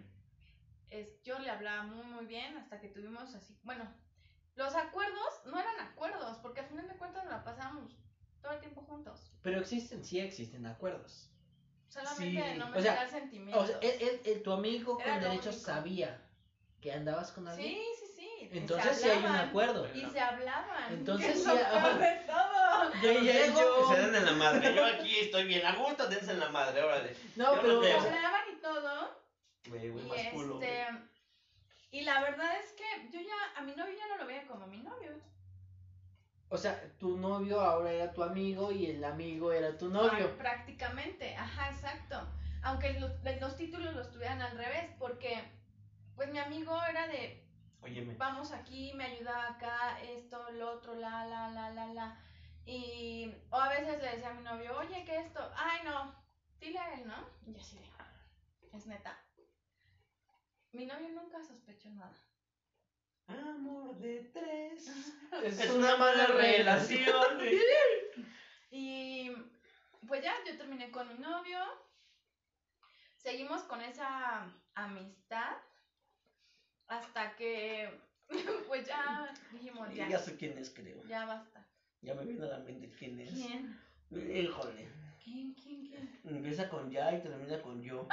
Speaker 4: es- yo le hablaba muy, muy bien hasta que tuvimos así, bueno, los acuerdos no eran acuerdos porque al final de cuentas nos la pasamos todo el tiempo juntos.
Speaker 3: Pero existen, sí existen acuerdos.
Speaker 4: Solamente
Speaker 2: Sí,
Speaker 4: de no
Speaker 3: o sea, e,
Speaker 4: mezclar sentimientos.
Speaker 3: O sea, él- él- él- tu amigo
Speaker 4: Era
Speaker 3: con
Speaker 4: lo
Speaker 3: derechos
Speaker 4: único.
Speaker 3: sabía que andabas con alguien.
Speaker 4: Sí, sí, sí. se
Speaker 3: Entonces sí hay un
Speaker 4: hablaban.
Speaker 3: acuerdo.
Speaker 4: Y se hablaban.
Speaker 3: Entonces,
Speaker 4: que es
Speaker 3: sí,
Speaker 4: lo peor
Speaker 3: ahora-
Speaker 4: de todo.
Speaker 3: Yo
Speaker 2: Yo
Speaker 3: llego-
Speaker 2: llego, Se dan en la madre. Yo aquí estoy bien a gusto, dense en la madre, órale.
Speaker 3: No,
Speaker 2: yo no
Speaker 3: pero
Speaker 2: te-
Speaker 4: Se hablaban y todo.
Speaker 2: Güey, güey,
Speaker 4: Y
Speaker 2: más culo, güey.
Speaker 4: este. Y la verdad es que yo ya, a mi novio ya no lo veía como mi novio.
Speaker 3: o sea, tu novio ahora era tu amigo y el amigo era tu
Speaker 4: Ah,
Speaker 3: novio.
Speaker 4: Prácticamente, ajá, exacto. Aunque los, los títulos los tuvieran al revés, porque pues mi amigo era de
Speaker 2: Óyeme.
Speaker 4: vamos aquí, me ayuda acá, esto, lo otro, la, la, la, la, la. Y, o a veces le decía a mi novio, oye, que esto? Ay, no, dile a él, ¿no? Y así de, es neta. Mi novio nunca sospechó nada.
Speaker 2: Amor de tres.
Speaker 3: Es, una mala relación.
Speaker 2: güey.
Speaker 4: Y, pues ya, yo terminé con mi novio. Seguimos con esa amistad hasta que, pues ya dijimos,
Speaker 2: Y
Speaker 4: ya,
Speaker 2: Ya sé quién es, creo.
Speaker 4: ya basta.
Speaker 2: Ya me vino a la mente quién es.
Speaker 4: ¿Quién?
Speaker 2: Híjole.
Speaker 4: ¿Quién? ¿Quién? ¿Quién?
Speaker 2: Empieza con ya y termina con yo.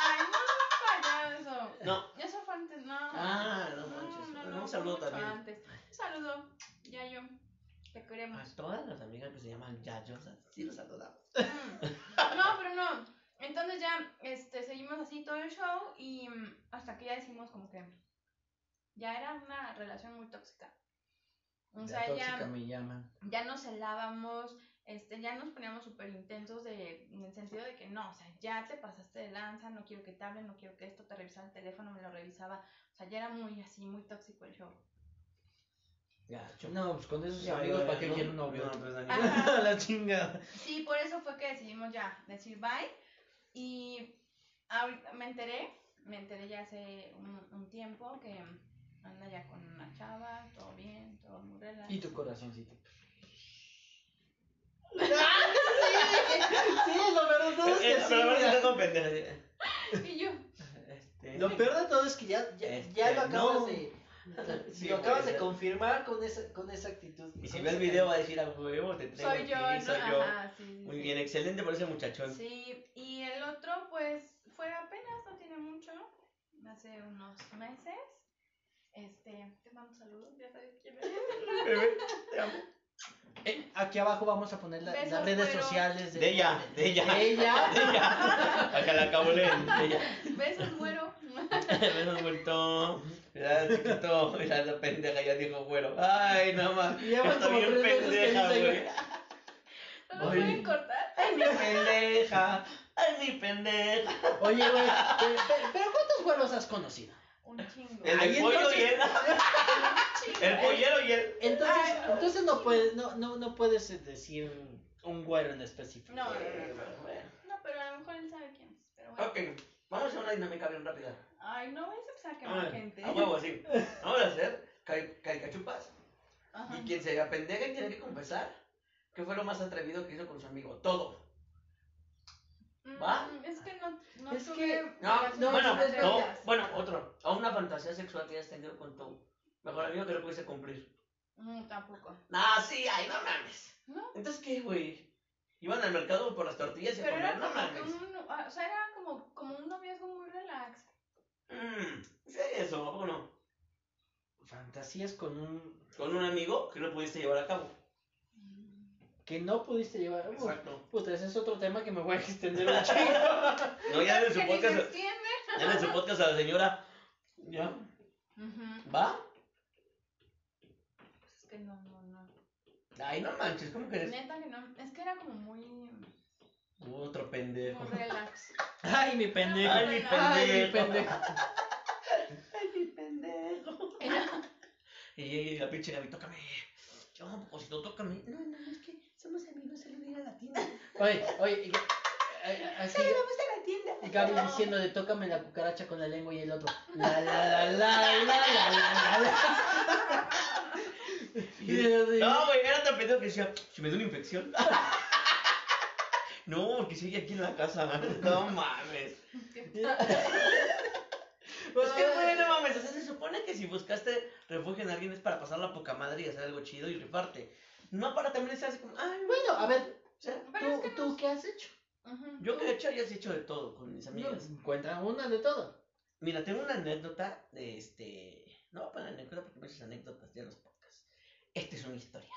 Speaker 4: Ay, no, payaso.
Speaker 2: No.
Speaker 4: Eso fue antes, no.
Speaker 2: Ah, no manches.
Speaker 4: No, no,
Speaker 2: Bueno,
Speaker 4: no,
Speaker 2: un
Speaker 4: fue
Speaker 2: saludo
Speaker 4: mucho
Speaker 2: también.
Speaker 4: antes. Un saludo, Yayo. Te
Speaker 2: A
Speaker 4: queremos.
Speaker 2: todas las amigas que se llaman Yayos, sí los saludamos.
Speaker 4: Mm. No, pero no. Entonces ya este, seguimos así todo el show y mm, hasta que ya decimos como que ya era una relación muy tóxica. O sea,
Speaker 3: La
Speaker 4: ya
Speaker 3: tóxica me llaman.
Speaker 4: ya nos celábamos, este, ya nos poníamos súper intensos de, en el sentido de que no, o sea, ya te pasaste de lanza, no quiero que te hablen, no quiero que esto te revisara el teléfono, me lo revisaba, o sea, ya era muy así, muy tóxico el show.
Speaker 2: Gacho.
Speaker 3: No, pues con esos amigos, ¿para qué quiero un novio?
Speaker 2: No, pues, Daniel.
Speaker 4: Ajá.
Speaker 3: la chingada.
Speaker 4: Sí, por eso fue que decidimos ya decir bye y ahorita me enteré, me enteré ya hace un, un tiempo que anda ya con una chava, todo bien, todo muy relax.
Speaker 3: Y tu corazoncito. Sí, lo peor de todo es
Speaker 2: Eh,
Speaker 3: que sí,
Speaker 2: pero la verdad
Speaker 3: mira.
Speaker 2: es que no, pendeja.
Speaker 4: Y yo,
Speaker 2: Este,
Speaker 3: Lo peor de todo es que ya, ya, ya
Speaker 2: Este,
Speaker 3: lo acabas
Speaker 2: no.
Speaker 3: de.
Speaker 2: Sí,
Speaker 3: lo acabas
Speaker 2: güey.
Speaker 3: de confirmar con esa, con esa actitud.
Speaker 2: Y si
Speaker 3: con
Speaker 2: ve el
Speaker 3: esa
Speaker 2: video va
Speaker 3: cara.
Speaker 2: a decir a huevo, te tengo
Speaker 4: soy yo,
Speaker 2: aquí,
Speaker 4: ¿no?
Speaker 2: soy yo.
Speaker 4: Ajá, sí, sí,
Speaker 2: Muy
Speaker 4: sí.
Speaker 2: bien, excelente por ese muchachón.
Speaker 4: Sí, y el otro pues fue apenas, no tiene mucho, hace unos meses. Este, te mando saludos, ya sabes quién eres.
Speaker 2: Bebé, te amo.
Speaker 3: Eh, aquí abajo vamos a poner la-
Speaker 4: Besos
Speaker 3: las redes
Speaker 4: fueron-
Speaker 3: sociales de,
Speaker 2: De ella, de ella.
Speaker 3: de ella.
Speaker 2: De ella. Acá la acabo de ella.
Speaker 4: Besos, muero.
Speaker 2: Menos vuelto. Mira, chiquito. Mira, la pendeja ya dijo güero. Ay, no más.
Speaker 3: Y ya van
Speaker 2: Está
Speaker 3: como
Speaker 2: bien
Speaker 3: tres veces que
Speaker 2: pendeja,
Speaker 3: dice,
Speaker 2: güey.
Speaker 4: ¿No lo
Speaker 2: Ay.
Speaker 4: pueden cortar?
Speaker 2: Ay, mi pendeja. Ay, mi pendeja.
Speaker 3: Oye, güey, pe- pe- pero ¿cuántos güeros has conocido?
Speaker 4: Un chingo.
Speaker 2: El
Speaker 3: Ay,
Speaker 2: del pollo y
Speaker 3: entonces-
Speaker 2: él. El pollero y él.
Speaker 3: Entonces,
Speaker 4: Ay, no.
Speaker 3: entonces no puedes, no, no, no puedes decir un güero en específico.
Speaker 4: No, no,
Speaker 2: Eh,
Speaker 4: no, no.
Speaker 2: bueno.
Speaker 4: No, pero a lo mejor él sabe quién es. Pero bueno.
Speaker 2: Ok, vamos a hacer una dinámica bien rápida.
Speaker 4: Ay, no vayas a empezar a
Speaker 2: Ah,
Speaker 4: quemar gente.
Speaker 2: A huevo, sí. Vamos a hacer cari- caricachupas.
Speaker 4: Ajá.
Speaker 2: Y quien se apendeja y tiene que confesar que fue lo más atrevido que hizo con su amigo. Todo.
Speaker 4: Mm,
Speaker 2: ¿va?
Speaker 4: Es que no, no
Speaker 3: Es
Speaker 4: tuve
Speaker 3: que-
Speaker 2: No,
Speaker 4: relaciones
Speaker 2: no, bueno,
Speaker 4: previas.
Speaker 2: no, bueno, otro. A una fantasía sexual que hayas tenido con tu mejor amigo que no pudiste cumplir.
Speaker 4: Mm, tampoco.
Speaker 2: Nah, sí, ay, no mames.
Speaker 4: No.
Speaker 2: Entonces, ¿qué, güey? Iban al mercado por las tortillas y a
Speaker 4: Pero
Speaker 2: comer,
Speaker 4: era
Speaker 2: no
Speaker 4: como que
Speaker 2: mames.
Speaker 4: un, ah, o sea, era como, como un noviazgo muy relax.
Speaker 2: Mm, sí, eso, ¿a poco no?
Speaker 3: Fantasías con un
Speaker 2: Con un amigo que no pudiste llevar a cabo.
Speaker 4: Uh.
Speaker 2: Mm.
Speaker 3: que no pudiste llevar. Uf,
Speaker 2: Exacto.
Speaker 3: puta, ese es otro tema que me voy a extender un chingo.
Speaker 2: No, ya en su
Speaker 4: Que ni se
Speaker 2: podcast,
Speaker 4: extiende.
Speaker 2: ya en su podcast a la señora. ¿Ya?
Speaker 4: Ujú.
Speaker 2: ¿Va?
Speaker 4: Es que no, no, no.
Speaker 2: Ay, no manches, ¿cómo que eres?
Speaker 4: Neta que no. Es que era como muy, muy
Speaker 2: Otro pendejo.
Speaker 4: relax.
Speaker 3: Ay, mi pendejo.
Speaker 2: Ay, mi
Speaker 3: Ay, mi
Speaker 2: pendejo.
Speaker 3: pendejo.
Speaker 2: Ay, mi pendejo.
Speaker 4: Era-
Speaker 2: Y, y la pinche Gaby, tócame. Yo, o si no, tócame. No, no, es que somos amigos, solo ir a la tienda.
Speaker 3: Oye, oye, y- a- a- así
Speaker 2: Vamos a la tienda.
Speaker 3: Gaby
Speaker 4: No.
Speaker 3: diciendo de tócame la cucaracha con la lengua y el otro. La la la la la la la la. Y yo así,
Speaker 2: No, güey, era tan pendejo que decía, si me da una infección. No, que sigue aquí en la casa. No mames. Pues que bueno, mames, o sea, se supone que si buscaste refugio en alguien es para pasar la poca madre y hacer algo chido y rifarte. No para también estar así como, ay, güey.
Speaker 3: Bueno, a ver,
Speaker 2: O sea,
Speaker 4: Pero es
Speaker 3: ¿tú,
Speaker 4: que
Speaker 3: tú qué has hecho?
Speaker 4: Ujú.
Speaker 2: yo que he hecho, yo he hecho de todo con mis amigas.
Speaker 3: No, Encuentra una de todo.
Speaker 2: Mira, tengo una anécdota de este. No voy a poner anécdota porque muchas anécdotas de los podcasts. Esta es una historia.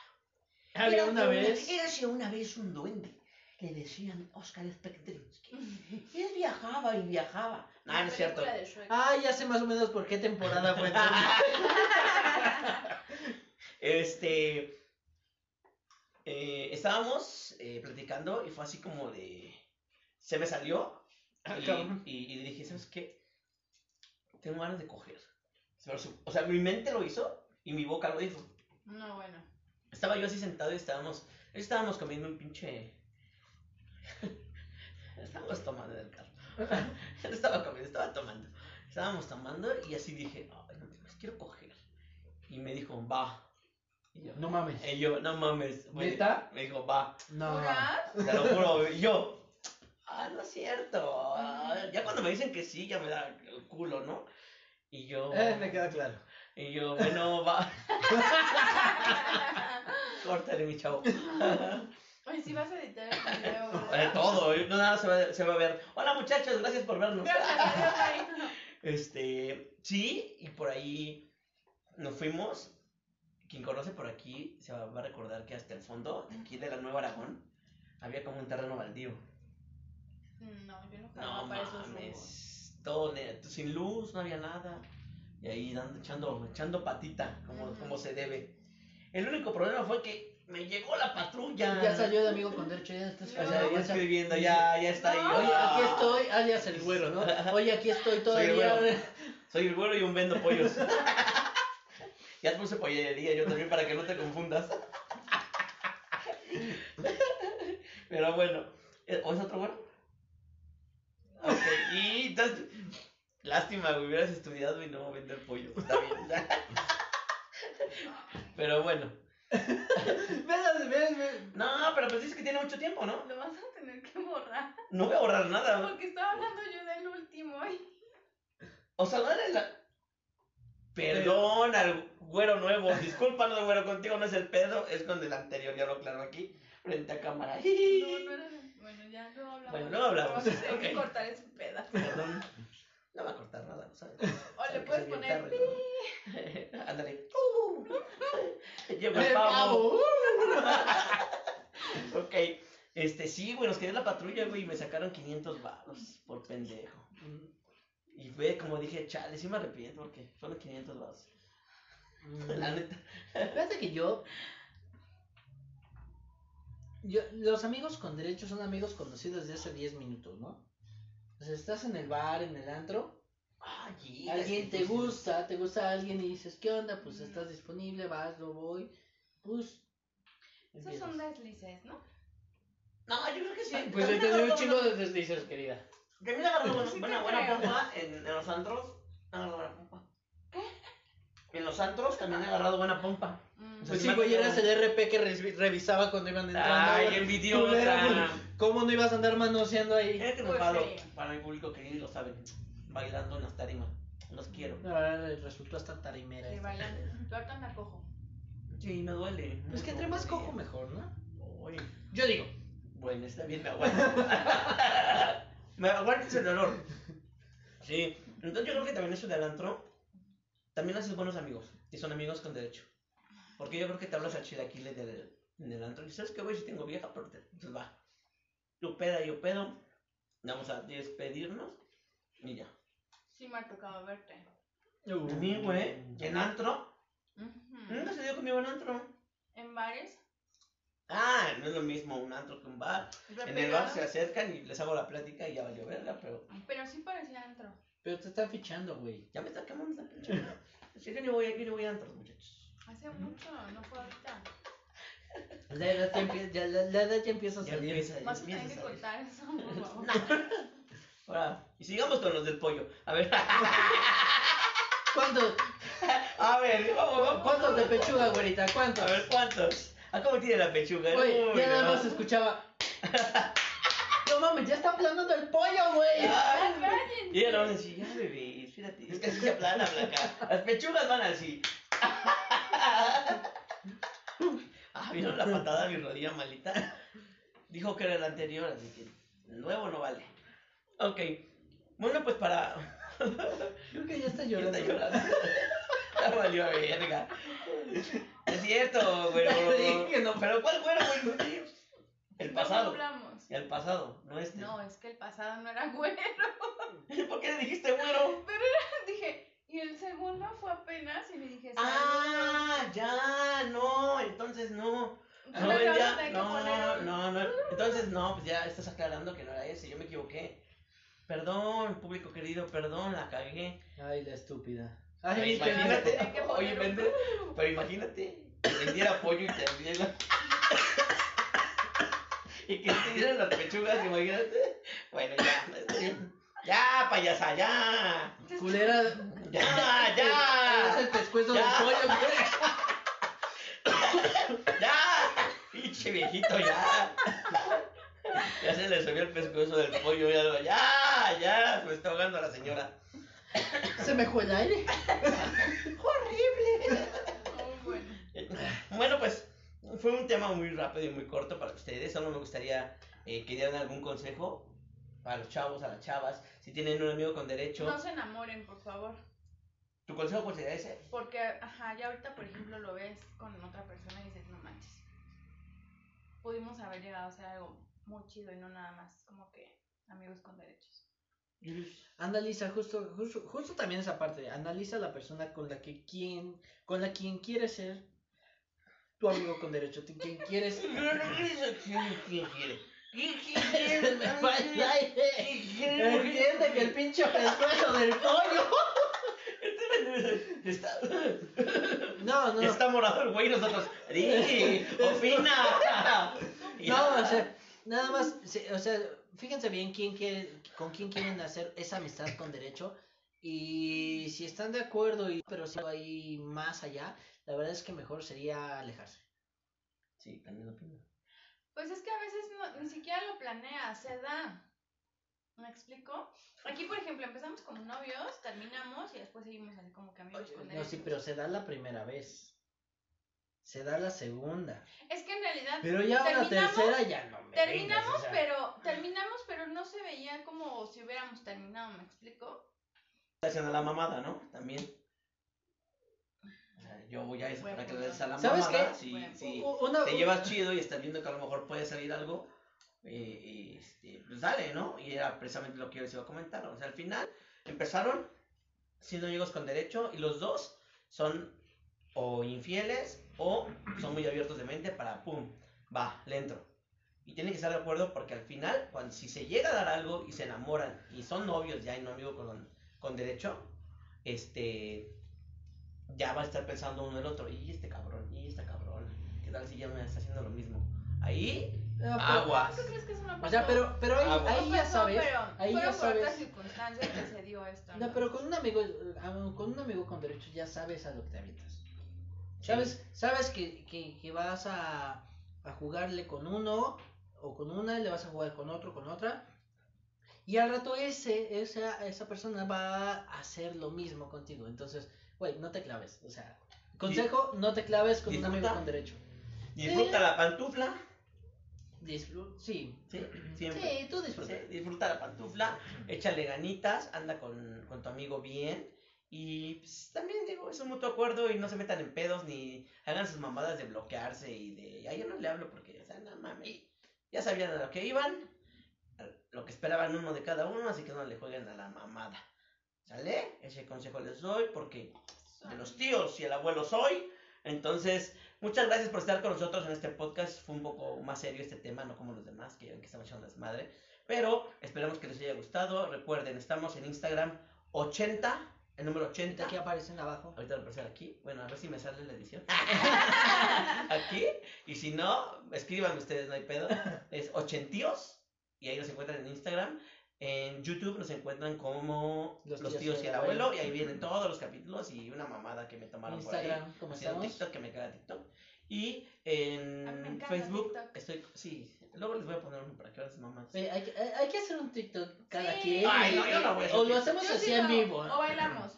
Speaker 3: Había
Speaker 2: Érase
Speaker 3: Ah, una vez.
Speaker 2: Érase una vez un duende. Le decían Oscar Spendrinsky. Él viajaba y viajaba. No, no
Speaker 4: La
Speaker 2: es cierto.
Speaker 4: película de Shrek.
Speaker 3: Ah, ya sé más o menos por qué temporada fue. entonces.
Speaker 2: Este. eh, estábamos eh, platicando y fue así como de. Se me salió.
Speaker 3: Ah,
Speaker 2: y,
Speaker 3: cabrón.
Speaker 2: y- y dije, ¿sabes qué? Tengo ganas de coger. Pero su- o sea, mi mente lo hizo y mi boca lo dijo.
Speaker 4: No, bueno.
Speaker 2: Estaba yo así sentado y estábamos, estábamos comiendo un pinche. estábamos tomando en el carro. Yo no estaba comiendo, estaba tomando. Estábamos tomando y así dije, ay, no mames, quiero coger. Y me dijo, va. Y yo,
Speaker 3: No mames.
Speaker 2: y yo, no mames. güey".
Speaker 3: ¿Neta?
Speaker 2: Me dijo, va.
Speaker 3: No.
Speaker 4: ¿Jurar?
Speaker 2: Te lo juro. güey. Y yo, ah, no es cierto. Ah, Ya cuando me dicen que sí, ya me da el culo, ¿no? Y yo,
Speaker 3: Eh, me queda claro.
Speaker 2: y yo, bueno, va. Córtale, mi chavo.
Speaker 4: Oye, sí vas a editar el video.
Speaker 2: De
Speaker 4: ¿verdad?
Speaker 2: todo, eh, no nada se va, se va a ver. Hola muchachos, gracias por vernos.
Speaker 4: Gracias a Dios, ahí.
Speaker 2: Este, sí, y por ahí nos fuimos. Quien conoce por aquí se va va a recordar que hasta el fondo, de aquí de la Nueva Aragón, había como un terreno baldío.
Speaker 4: No, yo no
Speaker 2: No
Speaker 4: jugaba para esos rumbos.
Speaker 2: mames, todo ne- pues, sin luz, no había nada. Y ahí dando, echando, echando patita, como,
Speaker 4: Ujú.
Speaker 2: como se debe. El único problema fue que me llegó la patrulla.
Speaker 3: Ya salió de amigo con derecho, ya
Speaker 2: O
Speaker 3: estás
Speaker 4: No.
Speaker 2: sea, ya
Speaker 3: Oye,
Speaker 2: estoy viendo, ya, ya está ahí.
Speaker 4: No.
Speaker 3: aquí estoy, alias el güero, ¿no? Oye, aquí estoy todavía.
Speaker 2: güero. Soy el güero y un vendo pollos. ya te puse pollería yo también para que no te confundas. Pero bueno, eh, ¿o es otro güero? Ok, y entonces, lástima, güey, hubieras estudiado y no vender pollo. Está bien. Pero bueno.
Speaker 3: Ven, ven, ven.
Speaker 2: No, pero pues dices que tiene mucho tiempo, ¿no?
Speaker 4: Lo vas a tener que borrar.
Speaker 2: No voy a ahorrar nada.
Speaker 4: Porque estaba hablando yo del último. y-
Speaker 2: O sea, no eres la... Perdón al güero nuevo, discúlpanos güero, contigo no es el pedo, es con el anterior, ya lo aclaro aquí, frente a cámara.
Speaker 4: No, no era. Bueno, ya luego hablamos.
Speaker 2: Bueno, luego hablamos,
Speaker 4: Vamos a tener que
Speaker 2: ok.
Speaker 4: cortar ese pedazo.
Speaker 2: Perdón, no va a cortar nada, ¿sabes?
Speaker 4: O le puedes poner. pi.
Speaker 2: pi. Ándale. Llevo
Speaker 3: ven,
Speaker 2: el pavo.
Speaker 3: pavo.
Speaker 2: Ok, este sí, güey, nos quedé en la patrulla, güey, y me sacaron 500 baros por pendejo.
Speaker 5: Mm,
Speaker 2: Y fue como dije, chale, sí me arrepiento porque fueron 500 baros.
Speaker 5: mm.
Speaker 2: La neta.
Speaker 3: Fíjate que yo, yo. Los amigos con derechos son amigos conocidos desde hace 10 minutos, ¿no? O sea, estás en el bar, en el antro,
Speaker 2: Ay, este, pues, hija,
Speaker 3: alguien
Speaker 2: sí,
Speaker 3: te
Speaker 2: sí, sí.
Speaker 3: gusta, te gusta alguien y dices, ¿qué onda? Pues estás disponible, vas, lo voy, pues.
Speaker 4: Esos
Speaker 3: empiezas.
Speaker 4: son deslices, ¿no?
Speaker 2: No, yo creo que sí.
Speaker 5: Pues
Speaker 2: También
Speaker 5: te doy un
Speaker 2: agarró
Speaker 5: chingo
Speaker 2: buena-
Speaker 5: de deslizos, querida.
Speaker 2: También agarró buena,
Speaker 4: Sí te
Speaker 2: buena, buena
Speaker 4: creo.
Speaker 2: pompa en, en los antros. Agarró buena pompa. ¿Qué? En los antros también ha agarrado buena pompa.
Speaker 4: Mm.
Speaker 2: O sea,
Speaker 5: Pues
Speaker 2: sí
Speaker 5: sí,
Speaker 2: me
Speaker 5: güey,
Speaker 2: acuerdo.
Speaker 5: eras el RP que re- revisaba cuando iban entrando.
Speaker 2: Ay,
Speaker 5: güey.
Speaker 2: envidiosa.
Speaker 5: Culero, ¿Cómo no ibas a andar manoseando ahí?
Speaker 2: Quédate
Speaker 4: Pues
Speaker 2: enojado
Speaker 4: sí.
Speaker 2: para el público querido y lo saben. Bailando en las tarimas. Los quiero.
Speaker 3: No, ahora le resultó hasta tarimera.
Speaker 4: Sí,
Speaker 3: esta.
Speaker 4: bailan. Yo ahorita me acojo.
Speaker 2: Sí, me duele.
Speaker 3: Es Pues que entre más cojo mejor, ¿no?
Speaker 2: Uy,
Speaker 3: Yo digo.
Speaker 2: Bueno, está bien, me aguanto. me aguantes el dolor. Sí. Entonces yo creo que también eso del antro. También haces buenos amigos. Y son amigos con derecho. Porque yo creo que te hablas al chilaquil en el, en el antro. Y sabes que, güey, si tengo vieja, pero te, pues va. Yo peda, yo pedo. Vamos a despedirnos. Y ya.
Speaker 4: Sí me ha tocado verte.
Speaker 2: A mí, güey, en antro.
Speaker 4: Ujú.
Speaker 2: Nunca se dio conmigo en antro.
Speaker 4: En bares.
Speaker 2: Ah, no es lo mismo un antro que un bar. En el bar
Speaker 4: repegado,
Speaker 2: se acercan y les hago la plática y ya valió verga, pero
Speaker 4: Pero sí parecía antro.
Speaker 3: Pero te están fichando, güey.
Speaker 2: ya me está quemando esta pinche. madre. Así que no voy, yo no voy a antros, muchachos.
Speaker 4: Hace mucho, no fue ahorita.
Speaker 3: La edad ya empie- ya, la, la edad ya empieza a
Speaker 2: Ya
Speaker 3: salir.
Speaker 2: empieza,
Speaker 4: Vas a
Speaker 2: empieza
Speaker 4: tener que
Speaker 2: a
Speaker 3: pues.
Speaker 2: salir.
Speaker 4: cortar eso, por favor.
Speaker 2: Ahora, y sigamos con los del pollo. A ver,
Speaker 3: ¿Cuántos,
Speaker 2: a ver, vamos, vamos.
Speaker 3: ¿Cuántos de pechuga, güerita?
Speaker 2: A
Speaker 3: ¿Cuántos?
Speaker 2: ver, ¿cuántos? ¿A cómo tiene la pechuga?
Speaker 3: Güey,
Speaker 2: Uy,
Speaker 3: ya nada
Speaker 2: no.
Speaker 3: más escuchaba. No mames, ya está planando el pollo, güey.
Speaker 2: Ay,
Speaker 4: Ya, cállense.
Speaker 2: Y ella le van a decir, ya bebé, espérate, es que así se aplana, Blanca. Las pechugas van así. Ah, vieron la patada de mi rodilla malita. Dijo que era el anterior, así que el nuevo no vale. Ok. Bueno, pues para.
Speaker 3: Creo que ya está
Speaker 2: Ya
Speaker 3: llorando.
Speaker 2: está llorando. Ya valió verga. Es cierto, güero.
Speaker 3: Ya dije, no.
Speaker 2: Pero ¿cuál güero, güey? El
Speaker 4: No
Speaker 2: pasado.
Speaker 4: hablamos.
Speaker 2: El pasado, no este.
Speaker 4: No, es que el pasado no era güero.
Speaker 2: ¿Por qué le dijiste güero?
Speaker 4: Dije, y el segundo fue apenas y le dije,
Speaker 2: Ah, ya, no, entonces no.
Speaker 4: saludos.
Speaker 2: No,
Speaker 4: Creo que vamos a
Speaker 2: ya,
Speaker 4: tener que
Speaker 2: no,
Speaker 4: poner
Speaker 2: no,
Speaker 4: un-
Speaker 2: no, no. Entonces no, pues ya estás aclarando que no era ese, yo me equivoqué. Perdón, público querido, perdón, la cagué.
Speaker 3: Ay, la estúpida.
Speaker 2: Pero
Speaker 3: Ay,
Speaker 4: Imagínate.
Speaker 3: la estúpida.
Speaker 4: tener que poner
Speaker 2: oye,
Speaker 4: un-
Speaker 2: vende, pero imagínate que vendiera pollo y te vendiera- Y que te dieran las pechugas, imagínate. Bueno, ya, está bien. ya, payasa, ya.
Speaker 3: Culera.
Speaker 2: Ya,
Speaker 3: Es
Speaker 2: ya.
Speaker 3: el pescuezo del
Speaker 2: Ya.
Speaker 3: pollo, güey.
Speaker 2: ¡Ya! ¡Pinche viejito, ya! Ya se le subió el pescuezo del pollo y algo. ¡Ya! ¡Ya! Me está ahogando la señora.
Speaker 3: Se me fue el aire.
Speaker 2: ¡Horrible!
Speaker 4: Muy bueno.
Speaker 2: Eh, Bueno, pues fue un tema muy rápido y muy corto para ustedes. Solo me gustaría eh, que dieran algún consejo para los chavos, a las chavas. Si tienen un amigo con derecho,
Speaker 4: No se enamoren, por favor.
Speaker 2: ¿tu consejo cuál sería ese?
Speaker 4: Porque, ajá, ya ahorita, por ejemplo, lo ves con otra persona y dices, no manches. Pudimos haber llegado a hacer algo muy chido y no nada más como que amigos con derechos.
Speaker 3: Analiza justo, justo, justo también esa parte. Analiza la persona con la que quien, con la quien quieres ser tu amigo con derecho, ti- quien quieres.
Speaker 2: ¿Quién quiere? ¿Quién
Speaker 3: Se me fue el aire. Entiende que el pinche pescuezo del pollo.
Speaker 2: Está...
Speaker 3: No, no, no.
Speaker 2: Está morado el güey, nosotros. ¡Di! ¡Opina! Y
Speaker 3: No,
Speaker 2: nada.
Speaker 3: o sea, nada más, se- o sea, fíjense bien quién quiere, con quién quieren hacer esa amistad con derecho y si están de acuerdo y pero si hay más allá, la verdad es que mejor sería alejarse.
Speaker 2: Sí, también opino.
Speaker 4: Pues es que a veces no- ni siquiera lo planeas, se da. ¿Me explico? Aquí, por ejemplo, empezamos como novios, terminamos y después seguimos así como que amigos con
Speaker 3: No,
Speaker 4: derechos.
Speaker 3: sí, pero se da la primera vez. Se da la segunda.
Speaker 4: Es que en realidad
Speaker 3: Pero ya una
Speaker 4: Terminamos-
Speaker 3: tercera ya no me
Speaker 4: Terminamos,
Speaker 3: vengas, o sea,
Speaker 4: pero terminamos, pero no se veía como si hubiéramos terminado, ¿me explico?
Speaker 2: Está haciendo la mamada, ¿no? También. O sea, yo voy a eso para que le des a la
Speaker 3: ¿Sabes
Speaker 2: mamada.
Speaker 3: qué?
Speaker 2: Sí,
Speaker 4: Bueno,
Speaker 2: sí.
Speaker 3: u- una-
Speaker 2: Te llevas chido y estás viendo que a lo mejor puede salir algo. eh, este, pues dale, ¿no? Y era precisamente lo que yo les iba a comentar. O sea, al final empezaron siendo amigos con derecho y los dos son o infieles o son muy abiertos de mente para pum, va, le entro. Y tienen que estar de acuerdo porque al final, cuando, si se llega a dar algo y se enamoran y son novios ya y no amigos con, con derecho, este ya va a estar pensando uno el otro, y este cabrón, y esta cabrona, ¿qué tal si ya me está haciendo lo mismo? Ahí
Speaker 3: No, pero-
Speaker 2: Aguas.
Speaker 4: ¿Por qué crees que eso no pasó?
Speaker 3: O sea, pero, pero ahí,
Speaker 5: Ah, bueno.
Speaker 4: pues No
Speaker 3: ahí ya
Speaker 4: pasó,
Speaker 3: sabes.
Speaker 4: pero
Speaker 3: ahí
Speaker 4: fueron
Speaker 3: ya
Speaker 4: por otras
Speaker 3: sabes.
Speaker 4: circunstancias que se dio esto.
Speaker 3: No, pero con un amigo, eh, am- con un amigo con derechos ya sabes a lo que te avientas. Sabes, sabes que, que, que vas a, a jugarle con uno o con una, le vas a jugar con otro, con otra. Y al rato ese, esa, esa persona va a hacer lo mismo contigo. Entonces, güey, no te claves. O sea, consejo, no te claves con un
Speaker 2: disfruta.
Speaker 3: amigo con derecho.
Speaker 2: Disfruta la pantufla,
Speaker 3: Disfruta, sí.
Speaker 2: ¿sí? Siempre.
Speaker 3: Sí, tú disfruta.
Speaker 2: Sí, disfruta la pantufla, échale ganitas, anda con, con tu amigo bien. Y pues, también digo, es un mutuo acuerdo y no se metan en pedos ni hagan sus mamadas de bloquearse y de, ay, yo no le hablo porque, o sea, no mames. Ya sabían a lo que iban, a lo que esperaban uno de cada uno, así que no le jueguen a la mamada. ¿Sale? Ese consejo les doy porque de los tíos y el abuelo soy. Entonces, muchas gracias por estar con nosotros en este podcast. Fue un poco más serio este tema, no como los demás, que ya ven que estamos echando desmadre. Pero esperamos que les haya gustado. Recuerden, estamos en Instagram 80, el número 80.
Speaker 3: Aquí aparecen abajo.
Speaker 2: Ahorita lo aparece aquí. Bueno, a ver si me sale la edición. aquí. Y si no, escriban ustedes, no hay pedo. Es ochentíos. Y ahí nos encuentran en Instagram. En YouTube nos encuentran como Los, tíos, y el abuelo. Y ahí vienen todos los capítulos y una mamada que me tomaron por ahí.
Speaker 3: Instagram, ¿cómo
Speaker 2: Haciendo
Speaker 3: estamos?
Speaker 2: TikTok, que me caga TikTok. Y
Speaker 4: A mí me
Speaker 2: en
Speaker 4: encanta
Speaker 2: Facebook
Speaker 4: TikTok.
Speaker 2: estoy... Sí, luego les voy a poner uno para que vean sus mamás.
Speaker 3: Oye, Eh, hay, que- hay, hay que hacer un TikTok cada
Speaker 4: Sí.
Speaker 3: quien.
Speaker 2: Ay, no, yo no voy a hacer
Speaker 3: O lo Oh.
Speaker 2: TikTok.
Speaker 3: hacemos
Speaker 4: Yo
Speaker 3: así
Speaker 4: sí
Speaker 3: en
Speaker 4: lo-
Speaker 3: vivo.
Speaker 4: O bailamos.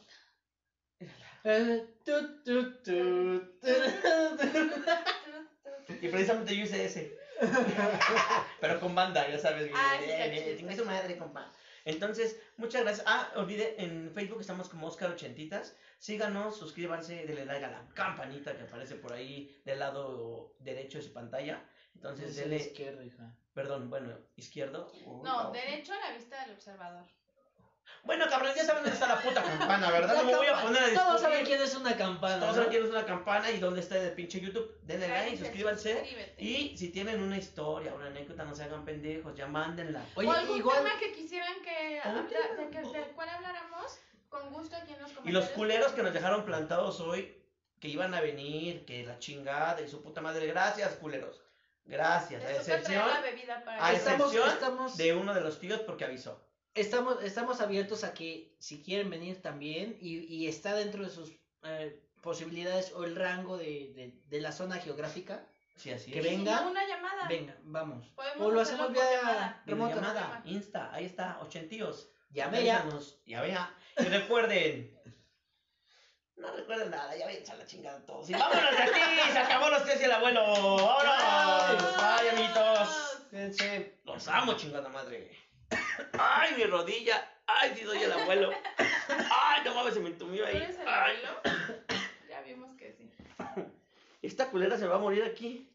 Speaker 3: Eh, tu, tu, tu, tu, tu.
Speaker 2: Y precisamente yo hice ese. Pero con banda, ya sabes. güey.
Speaker 4: Ah, sí,
Speaker 2: Eh,
Speaker 4: está
Speaker 2: eh,
Speaker 4: chido,
Speaker 2: chingue
Speaker 4: está
Speaker 2: su madre, compa. Entonces, muchas gracias. Ah, olvide, en Facebook estamos como Oscar Ochentitas. Síganos, suscríbanse, denle like a la campanita que aparece por ahí del lado derecho de su pantalla. Entonces,
Speaker 3: Entonces,
Speaker 2: denle,
Speaker 3: es que rica.
Speaker 2: perdón, bueno, izquierdo. o-
Speaker 4: No,
Speaker 2: o-
Speaker 4: derecho a la vista del observador.
Speaker 2: Bueno, cabrón, ya saben dónde está la puta campana, ¿verdad? No me voy a poner a
Speaker 3: Todos saben
Speaker 2: discutir.
Speaker 3: quién es una campana.
Speaker 2: Todos saben
Speaker 3: ¿no?
Speaker 2: quién es una campana y dónde está el pinche YouTube. Denle like,
Speaker 4: Cállate,
Speaker 2: suscríbanse.
Speaker 4: suscríbete.
Speaker 2: Y si tienen una historia, una anécdota, no se hagan pendejos, ya mándenla.
Speaker 4: o
Speaker 3: Oye,
Speaker 4: algún
Speaker 3: igual.
Speaker 4: tema que quisieran que,
Speaker 2: O un
Speaker 4: habla-
Speaker 2: tema,
Speaker 4: de que-
Speaker 2: o-
Speaker 4: del cual habláramos, con gusto aquí en los comentarios.
Speaker 2: Y los culeros que nos dejaron plantados hoy, que iban a venir, que la chingada y su puta madre, gracias culeros. Gracias, a
Speaker 4: Les toca traer
Speaker 2: excepción
Speaker 4: la bebida para
Speaker 2: a
Speaker 4: que-
Speaker 3: Estamos,
Speaker 2: excepción
Speaker 3: estamos,
Speaker 2: de uno de los tíos porque avisó.
Speaker 3: estamos, estamos abiertos a que si quieren venir también y, y está dentro de sus eh, posibilidades o el rango de, de, de la zona geográfica,
Speaker 2: Sí, así
Speaker 3: que
Speaker 2: es.
Speaker 4: Si no,
Speaker 3: venga.
Speaker 4: una llamada.
Speaker 3: venga, vamos.
Speaker 4: Ah. Podemos
Speaker 3: O lo
Speaker 4: hacerlo
Speaker 3: hacemos
Speaker 4: por
Speaker 3: vía
Speaker 4: llamada.
Speaker 3: remota.
Speaker 2: Videollamada, Insta, ahí está, ochentíos.
Speaker 3: Llame ya.
Speaker 2: Avísanos, Ya vea. Y recuerden. No recuerden nada, ya vayan a la chingada todos. Y vámonos de aquí, se acabó los tíos y el abuelo. ¡Vámonos! ¡Bye, amiguitos!
Speaker 5: Cuídense.
Speaker 2: Los amo, chingada madre. Ay, mi rodilla. Ay, sí, soy el abuelo. Ay, no mames, se me entumió
Speaker 4: ¿Tú
Speaker 2: ahí.
Speaker 4: eres el
Speaker 2: Ay,
Speaker 4: abuelo? Ya vimos que sí.
Speaker 2: esta culera se va a morir aquí.
Speaker 4: Mm.